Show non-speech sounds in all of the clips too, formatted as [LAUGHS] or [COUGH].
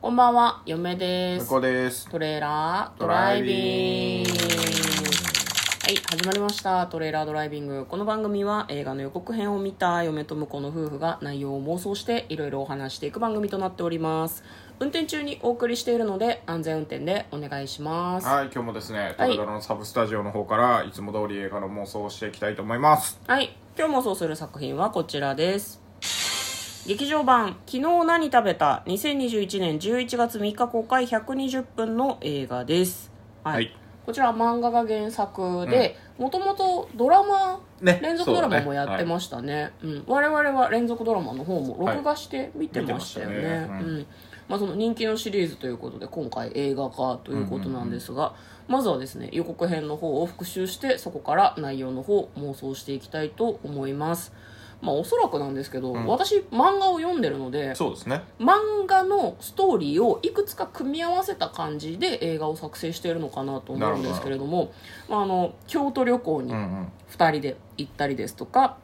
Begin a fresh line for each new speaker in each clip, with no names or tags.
こんばんは、嫁で
向
す
こ。うです
トレーラード
ド
ラ
ラ
イ
イ
ビ
ビ
ン
ン
グ
グ。
はい、始まりました。トレーラードライビング。この番組は映画の予告編を見た嫁と婿の夫婦が内容を妄想していろいろお話していく番組となっております。運転中にお送りしているので安全運転でお願いします。
はい今日もですねトレドラのサブスタジオの方からいつも通り映画の妄想をしていきたいと思います
はい、今日妄想する作品はこちらです。劇場版「昨日何食べた」2021年11月3日公開120分の映画です、はい
はい
こちらは漫画が原作でもともとドラマ、
ね
連続ドラマ
そう
も
ね
やってましたねうん、我々は連続ドラマの方も録画して見てましたよね,、
見てましたね
う
うん
まあ、その人気のシリーズということで今回映画化ということなんですが、まずはですね予告編の方を復習してそこから内容の方を妄想していきたいと思いますまあおそらくなんですけど、
ん
私漫画を読んでるので
そうですね
漫画のストーリーをいくつか組み合わせた感じで映画を作成しているのかなと思うんですけれどもまあ、あの京都旅行に
うんうん
2人で行ったりですとか、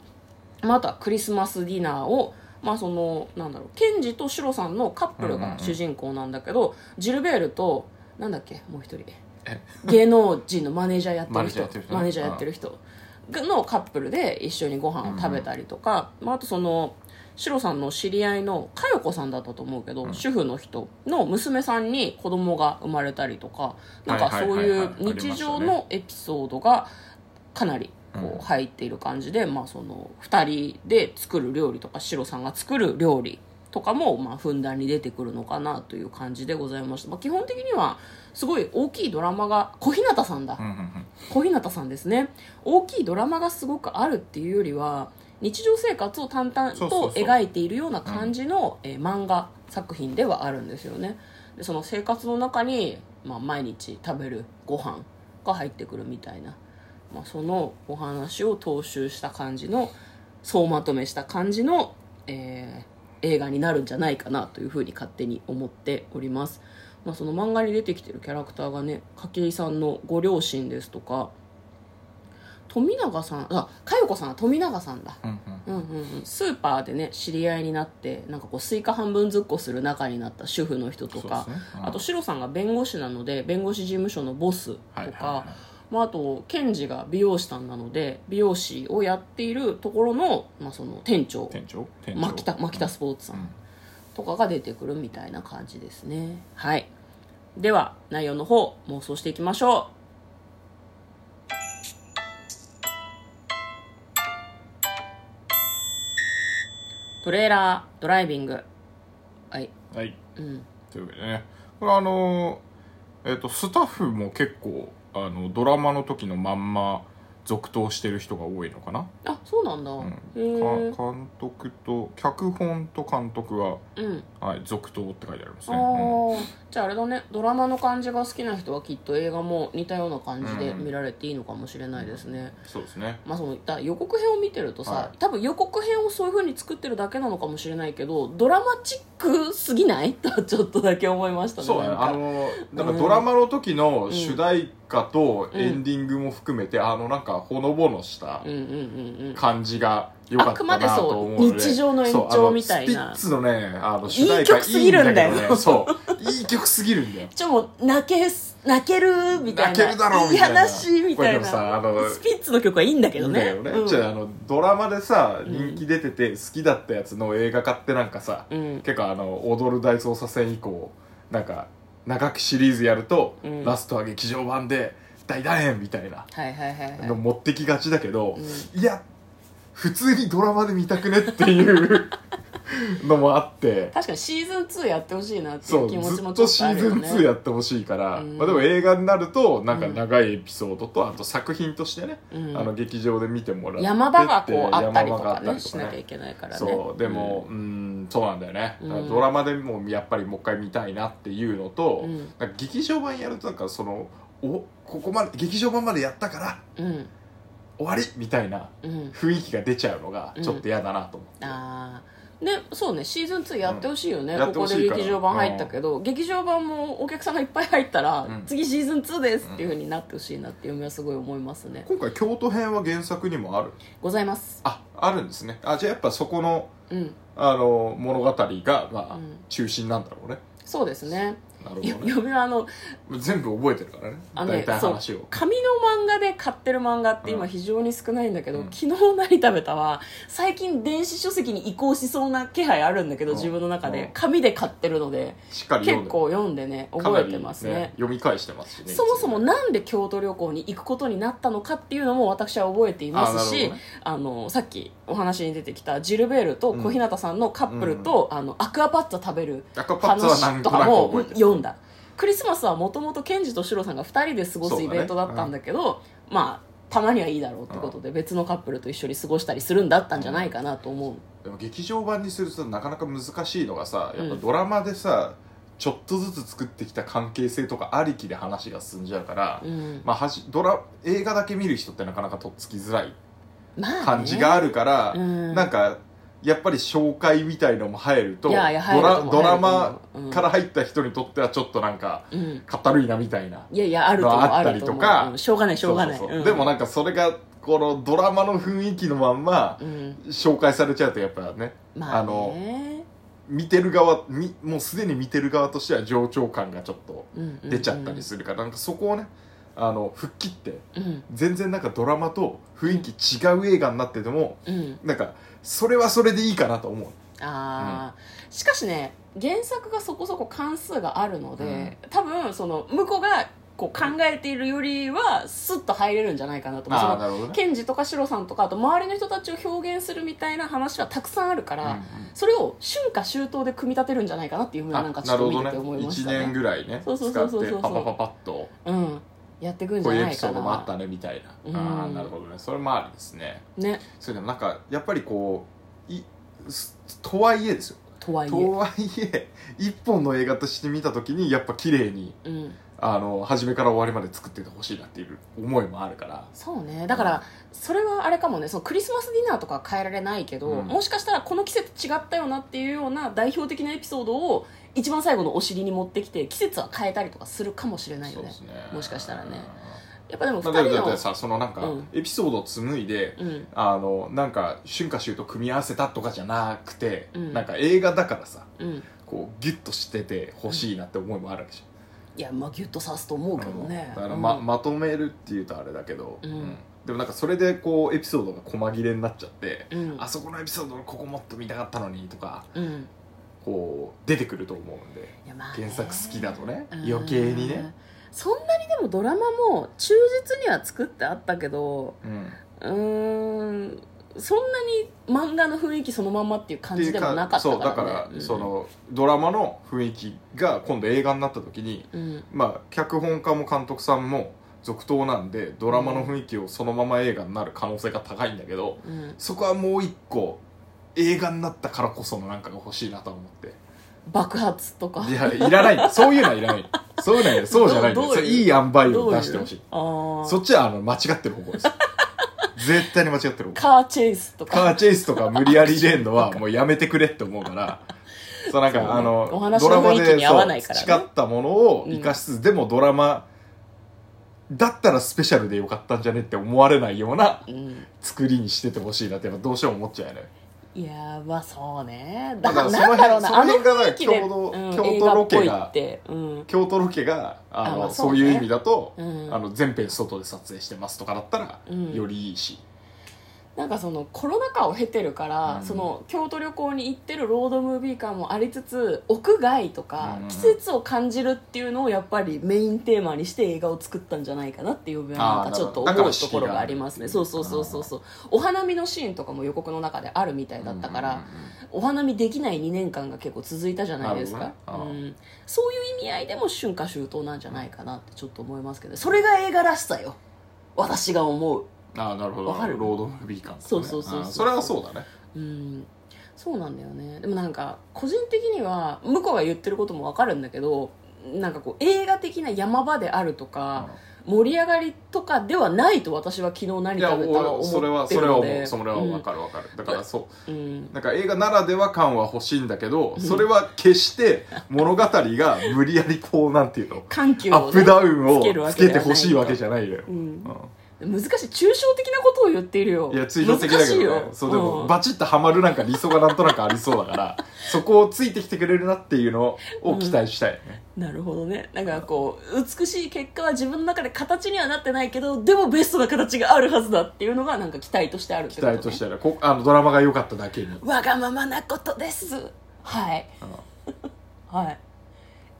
まあ、あとはクリスマスディナーを、まあ、そのなんだろうケンジとシロさんのカップル
うんうんう
が
ん
主人公なんだけど、ジルベールとなんだっけもう一人芸能人のマネージャーやってる人
マネージャーやってる人ね
マネージャーやってる人のカップルで一緒にご飯を食べたりとか、まあ、あとそのシロさんの知り合いの佳代子さんだったと思うけど、主婦の人の娘さんに子供が生まれたりとかなんかそう
はいは
い
いは
う
いはいありましたね
日常のエピソードがかなりこ
うん
う入っている感じで、まあ、その2人で作る料理とかシロさんが作る料理とかもまあふんだんに出てくるのかなという感じでございました、まあ、基本的にはすごい大きいドラマが小日向さんだ
うんうんうん
小日向さんですね大きいドラマがすごくあるっていうよりは日常生活を淡々
そうそ
と
うそう
描いているような感じの、えー漫画作品ではあるんですよねでその生活の中に、まあ、毎日食べるご飯が入ってくるみたいな、まあ、そのお話を踏襲した感じの総まとめした感じの、えー映画になるんじゃないかなというふうに勝手に思っております、まあ、その漫画に出てきてるキャラクターがね筧さんのご両親ですとか富永さんあ佳代子さんは富永さんだ
うんうん
うんうんうん、スーパーでね知り合いになってなんかこうスイカ半分ずっこする仲になった主婦の人とか、
そうですねうん
あとシロさんが弁護士なので弁護士事務所のボスとか、
はいはいは
まあ、あと検事が美容師さんなので美容師をやっているところの,、まあその店長
店長店長
マキタマキタスポーツさ
うんん
とかが出てくるみたいな感じですねはいでは内容の方妄想していきましょうトレーラードライビングはい
はい
うん
というわけでねこれあのーえっとスタッフも結構あのドラマの時のまんま続投してる人が多いのかな
あそうなんだ、
うん
へえ
か監督と脚本と監督は、
うん
はい、続投って書いてあります
あ
ね、うん
ーじゃああれだねドラマの感じが好きな人はきっと映画も似たような感じで
うん
見られていいのかもしれないですね、
そうですね
まあ、そのだ予告編を見てるとさ、
はい
多分予告編をそういう風に作ってるだけなのかもしれないけどドラマチックすぎないと [LAUGHS] ちょっとだけ思いましたね
そうだね
なんか
あのなん
う
か
ん
ドラマの時の主題歌とエンディングも含めて、あのなんかほのぼのした
うんうんうんうん
感じが良かったなと思う
あ
ので
くまでそう日常の延長
そうあの
みたいな
スピッツのねあの
いい
主題
曲
歌
すぎるんだよ
いいけどねそういい曲すぎるんだよ
ちょもう泣けす泣けるみたいな
泣けるだろうみたいない
話みたい
これでも
な
さあの
スピッツの曲はいいんだけどね
だよね、
うん
じゃああのドラマでさ
ん
人気出てて好きだったやつの映画化ってなんかさ、
うん
結構あの「踊る大捜査線」以降なんか長くシリーズやると、
うん
ラストは劇場版で大団円みたいな
はいはいはいはい
の持ってきがちだけど、
う
いや普通にドラマで見たくねっていう
[LAUGHS]
のもあって
確かにシーズン2やってほしいなってい
そうう
気持ち
ず
も
っ
ちょ
と
っ
シ
とあ
ー
る
ズ
よ
ン
ね
2やってほしいから、
うん
まあ、でも映画になるとなんか
うん
長いエピソードと、あと作品としてね、
うん
あの劇場で見てもらって
山場がこうあったりと
山場があ
か
った
ね
りと
し
かね
なきゃいけないからね
そうでもうんそうなんだよね、
うん
ドラマでもやっぱりもう一回見たいなっていうのと、
うん
なんか劇場版やるとなんかそのおここまで劇場版までやったから
うん
終わりみたいな
うん
雰囲気が出ちゃうのがちょっと嫌だなと思って、
ああねそうねシーズン2やってほしいよね、
うんやっ
こ
て
こ
ほしい
で
から
劇場版入ったけど、劇場版もお客さんがいっぱい入ったら、
うん
次シーズン2ですっていうふうになってほしいなっていうのはすごい思いますね、
今回京都編は原作にもある
ございます
ああるんですねあじゃあやっぱそこの
うん
あの物語が、まあ
うん
中心なんだろうね
そうですね
なるほ
よ
どね
嫁はあの
全部覚えてるからね
あのね
大体
そう
話を
紙の漫画で買ってる漫画って
う
今
ん
非常に少ないんだけど、
うん
昨日何食べたは最近電子書籍に移行しそうな気配あるんだけど、
うん
自分の中
うん
で紙で買ってるので
しっかり読ん
結
で
構読んでね
かな
覚え
り
てますね
読み返してますしね
そもそもなんで京都旅行に行くことになったのかっていうのも私は覚えています
あなる
しあ、
ほどね
のさっきお話に出てきたジルベールと小日向さんのカップルと、あのアクアパッツァ食べる
アクアパッツァはな
話
ん
と
と
か
なく
も
覚えてる
読んだクリスマスはもともとケンジとシロさんが2人で過ごすイベントだったんだけどまあたまにはいいだろうってことで別のカップルと一緒に過ごしたりするんだったんじゃないかなと思う
でも劇場版にするとなかなか難しいのがさやっぱ
うん
ドラマでさ、ちょっとずつ作ってきた関係性とかありきで話が進んじゃうから、
うん
まあ、はじドラ映画だけ見る人ってなかなかとっつきづらい
まあね
感じがあるから、
うん
なんかやっぱり紹介みたいのも入ると
いやいや
ドラ
入ると思
ド
う
ラ
入る
マ
と思ううん
から入った人にとってはちょっとなんか、
うん
かったるいなみたいない
やいやあると思う
あ
あ
った
る
り
と思
とか
ううんしょうがないしょうがない
そうそうそう
うん
でもなんかそれがこのドラマの雰囲気のまんま
うん
紹介されちゃうとやっぱね、
まあ
あの
ね
見てる側みもうすでに見てる側としては冗長感がちょっと出ちゃったりするから、なんかそこをねあの吹っ切って
るうん
全然なんかドラマと雰囲気違う映画になってても
うん
なんかそれはそれでいいかなと思う
あーしかしね原作がそこそこ関数があるので、多分その向こうがこう考えているよりはスッと入れるんじゃないかなと思うそ
ああ
の
なるほどね
ケンジとかシロさんとかあと周りの人たちを表現するみたいな話はたくさんあるか
うん
ら、それを春夏秋冬で組み立てるんじゃないかなっていうふう
うん
になんか
あ
ちょ
な
っ
る
と
ほ
見てて思
どね
いまし
1
たね
年ぐらいね
そうそ
使
う
っ
そうそうそう
てパパパパッと
うん、やっていくんじ
こ
ゃ
ういうエ
な
ピ
い
ソ
か
ードもあっ
な
たねみたい
う
な
ん
ああなるほどねそれもありですね
ね
それでもなんかやっぱりこういすとはいえですよ
とはい
とはいえ一本の映画として見た時にやっぱ綺麗に
え、うん、
あの初めから終わりまで作っててほしいなっていう思いもあるから
そうねだからそれはあれかもねそのクリスマスディナーとかは変えられないけど、
うん
もしかしたらこの季節違ったよなっていうような代表的なエピソードを一番最後のお尻に持ってきて季節は変えたりとかするかもしれないよ
そう
ね
ですね
もしかしたらね
う
やっぱでも
んま
2
あだって
人
だって
の
さそのなんか、
うん
エピソードを紡いで
うん
あのなんか春夏秋冬組み合わせたとかじゃなくて、
うん
なんか映画だからさ
うん
こうギュッとしててほしいなって思いもあるわけじ
いやまあギュッと刺すと思う
ゃ
けど
ん、
ね
だからま,、
うん
まとめるっていうとあれだけど、
うん
でもなんかそれでこうエピソードが細切れになっちゃって、
うん
あそこのエピソードのここもっと見たかったのにとか
うん
こう出てくると思うんで
いやまあね
原作好きだとね
うん
余計にね
そんなにでもドラマも忠実には作ってあったけど
うん
うーんそんなに漫画の雰囲気そのまんまっていう
っ
感
てい
じ
う
でもなかったか
そ
ら、
う
ね、
だから、
うん
そのドラマの雰囲気が今度映画になった時に
うん
まあ脚本家も監督さんも続投なんでドラマの雰囲気をそのまま映画になる可能性が高いんだけど
うん、
そこはもう一個映画になったからこそのなんかが欲しいなとは思って
爆発とか
いやいらないそういうのはいらないそういうのはいらないそうじゃないんだよ
どうど
それ
ういう
いい塩梅
ど
を
ういう
出してほしい
あー
そっちはあの間違ってる方向です [LAUGHS] 絶対に間違ってる方向
カーチェイスとか
カーチェイスとか無理やり入れんのはもうやめてくれって思うからそうなんか、
そうね
あの
お話
ド
の
ラマ
雰囲気
で
に合わないからね
そう培ったものを生かしつつ、でもドラマだったらスペシャルでよかったんじゃねって思われないような
うん、
作りにしててほしいなってやっぱどうしても思っちゃうよね
いやまあそうね
ま
だ
あだ
か
から
なんだろ
ら
う
そ
な
の
あの
辺その
雰
辺が
囲気で、
ちょうど
うん
京都
映画っぽい
ロケが
って、うん
京都ロケがあの
あまあ
そ
そううね
いう意味だと、
うん
あの全編外で撮影してますとかだったら、
うん
よりいいし
なんかそのコロナ禍を経てるから、
うん
その京都旅行に行ってるロードムービー感もありつつ屋外とか、
うん
季節を感じるっていうのをやっぱりメインテーマにして映画を作ったんじゃないかなっていう部分
あ
はなんか
ー
ちょっと
なるほ
思
ど
うところがありますね
だか
そ
ら
うそうそうそうそうお花見のシーンとかも予告の中であるみたいだったから、
うんうんうん
お花見できない2年間が結構続いたじゃないですか、
なるほどねあー
うん、そういう意味合いでも春夏秋冬なんじゃないかなってちょっと思いますけどそれが映画らしさよ私が思う
ああなるほど
わかる
ロードムービー感とかね
そうそうそうそう
あーそれはそうだね
うんそうなんだよねでもなんか個人的には向こうが言ってることもわかるんだけどなんかこう映画的な山場であるとか、盛り上がりとかではないと私は昨日何
いや
食べた
俺
か
は
思ってるので
それはそれは思うそれは分かる分かる、だからそう
る、うん
なんか映画ならでは感は欲しいんだけど、それは決して物語が無理やりこうなんていうの
緩急
ア
を、ね、
ップダウンを
つけるわ
つ
け
け
ではな
て
い
ほしいわけじゃないのよ、
うん
うん
難しい抽象的なことを言っているよ
いや追求的だけ
難しい
ど
よ
ねそうでも、
ん
バチッとハマるなんか理想がなんとなくありそうだからそこをついてきてくれるなっていうのを期待したいね、
なるほどねなんかこう美しい結果は自分の中で形にはなってないけどでもベストな形があるはずだっていうのがなんか期待としてあるって
期
こと、ね、
待としてはねこあのドラマが良かっただけに
わがままなことですはい
あ
は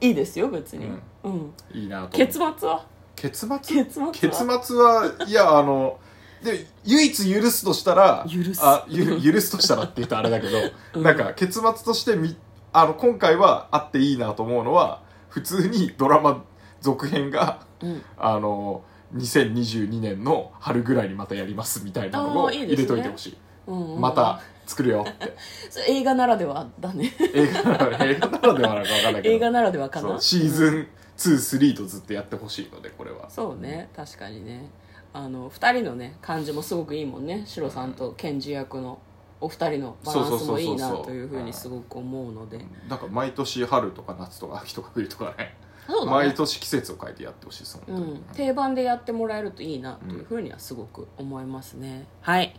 いいいですよ別に
うん
うん、
いいなと思う
結末は
結末
結末は
結末はいやあので唯一許すとしたら
許す
あゆ許すとしたらって言うとあれだけど、
[LAUGHS] うん
なんか結末としてみあの今回はあっていいなと思うのは普通にドラマ続編が
うん
あの2022年の春ぐらいにまたやりますみたいなの
あ
を
ーいいで
入
すね
れといてほしい
うんうん
また作るよ
[LAUGHS]
って
それ映画ならではだね
映画映画ならではなのか分かんないけど
映画ならではか
そ
な
うシーズン23とずっとやってほしいのでこれは
そうね確かにねあの2人のね感じもすごくいいもんねシロさんとケンジ役のお二人のバランスもいいな
そうそうそうそうそう
というふうにすごく思うので
なんか毎年春とか夏とか秋とか冬とかね
そうだ
毎
ね、
年季節を変えてやってほしいですも、
うんん、定番でやってもらえるといいなというふうにはすごく思いますね、はい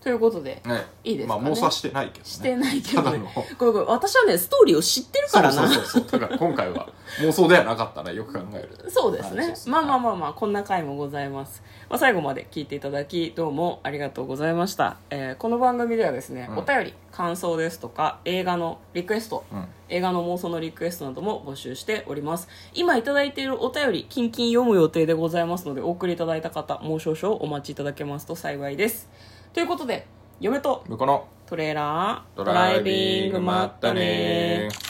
ということで
ね
いいですか
まあ
ね
もうさしてないけどね
して
い
ないけど
た
ね
だの
ごめんごめん私はねストーリーを知ってる
そ
から
う
な
そうそうそうだから今回は妄想ではなかったねよく考えると
そうですね
はいそうそう
まあまあまあまあこんな回もございます、まあ、最後まで聞いていただきどうもありがとうございました、えーこの番組ではですね、
うん
お便り感想ですとか映画のリクエスト、
うん
映画の妄想のリクエストなども募集しております今いただいているお便りキンキン読む予定でございますのでお送りいただいた方もう少々お待ちいただけますと幸いですということで嫁と
向こうの
トレーラー
ドライビングまったねー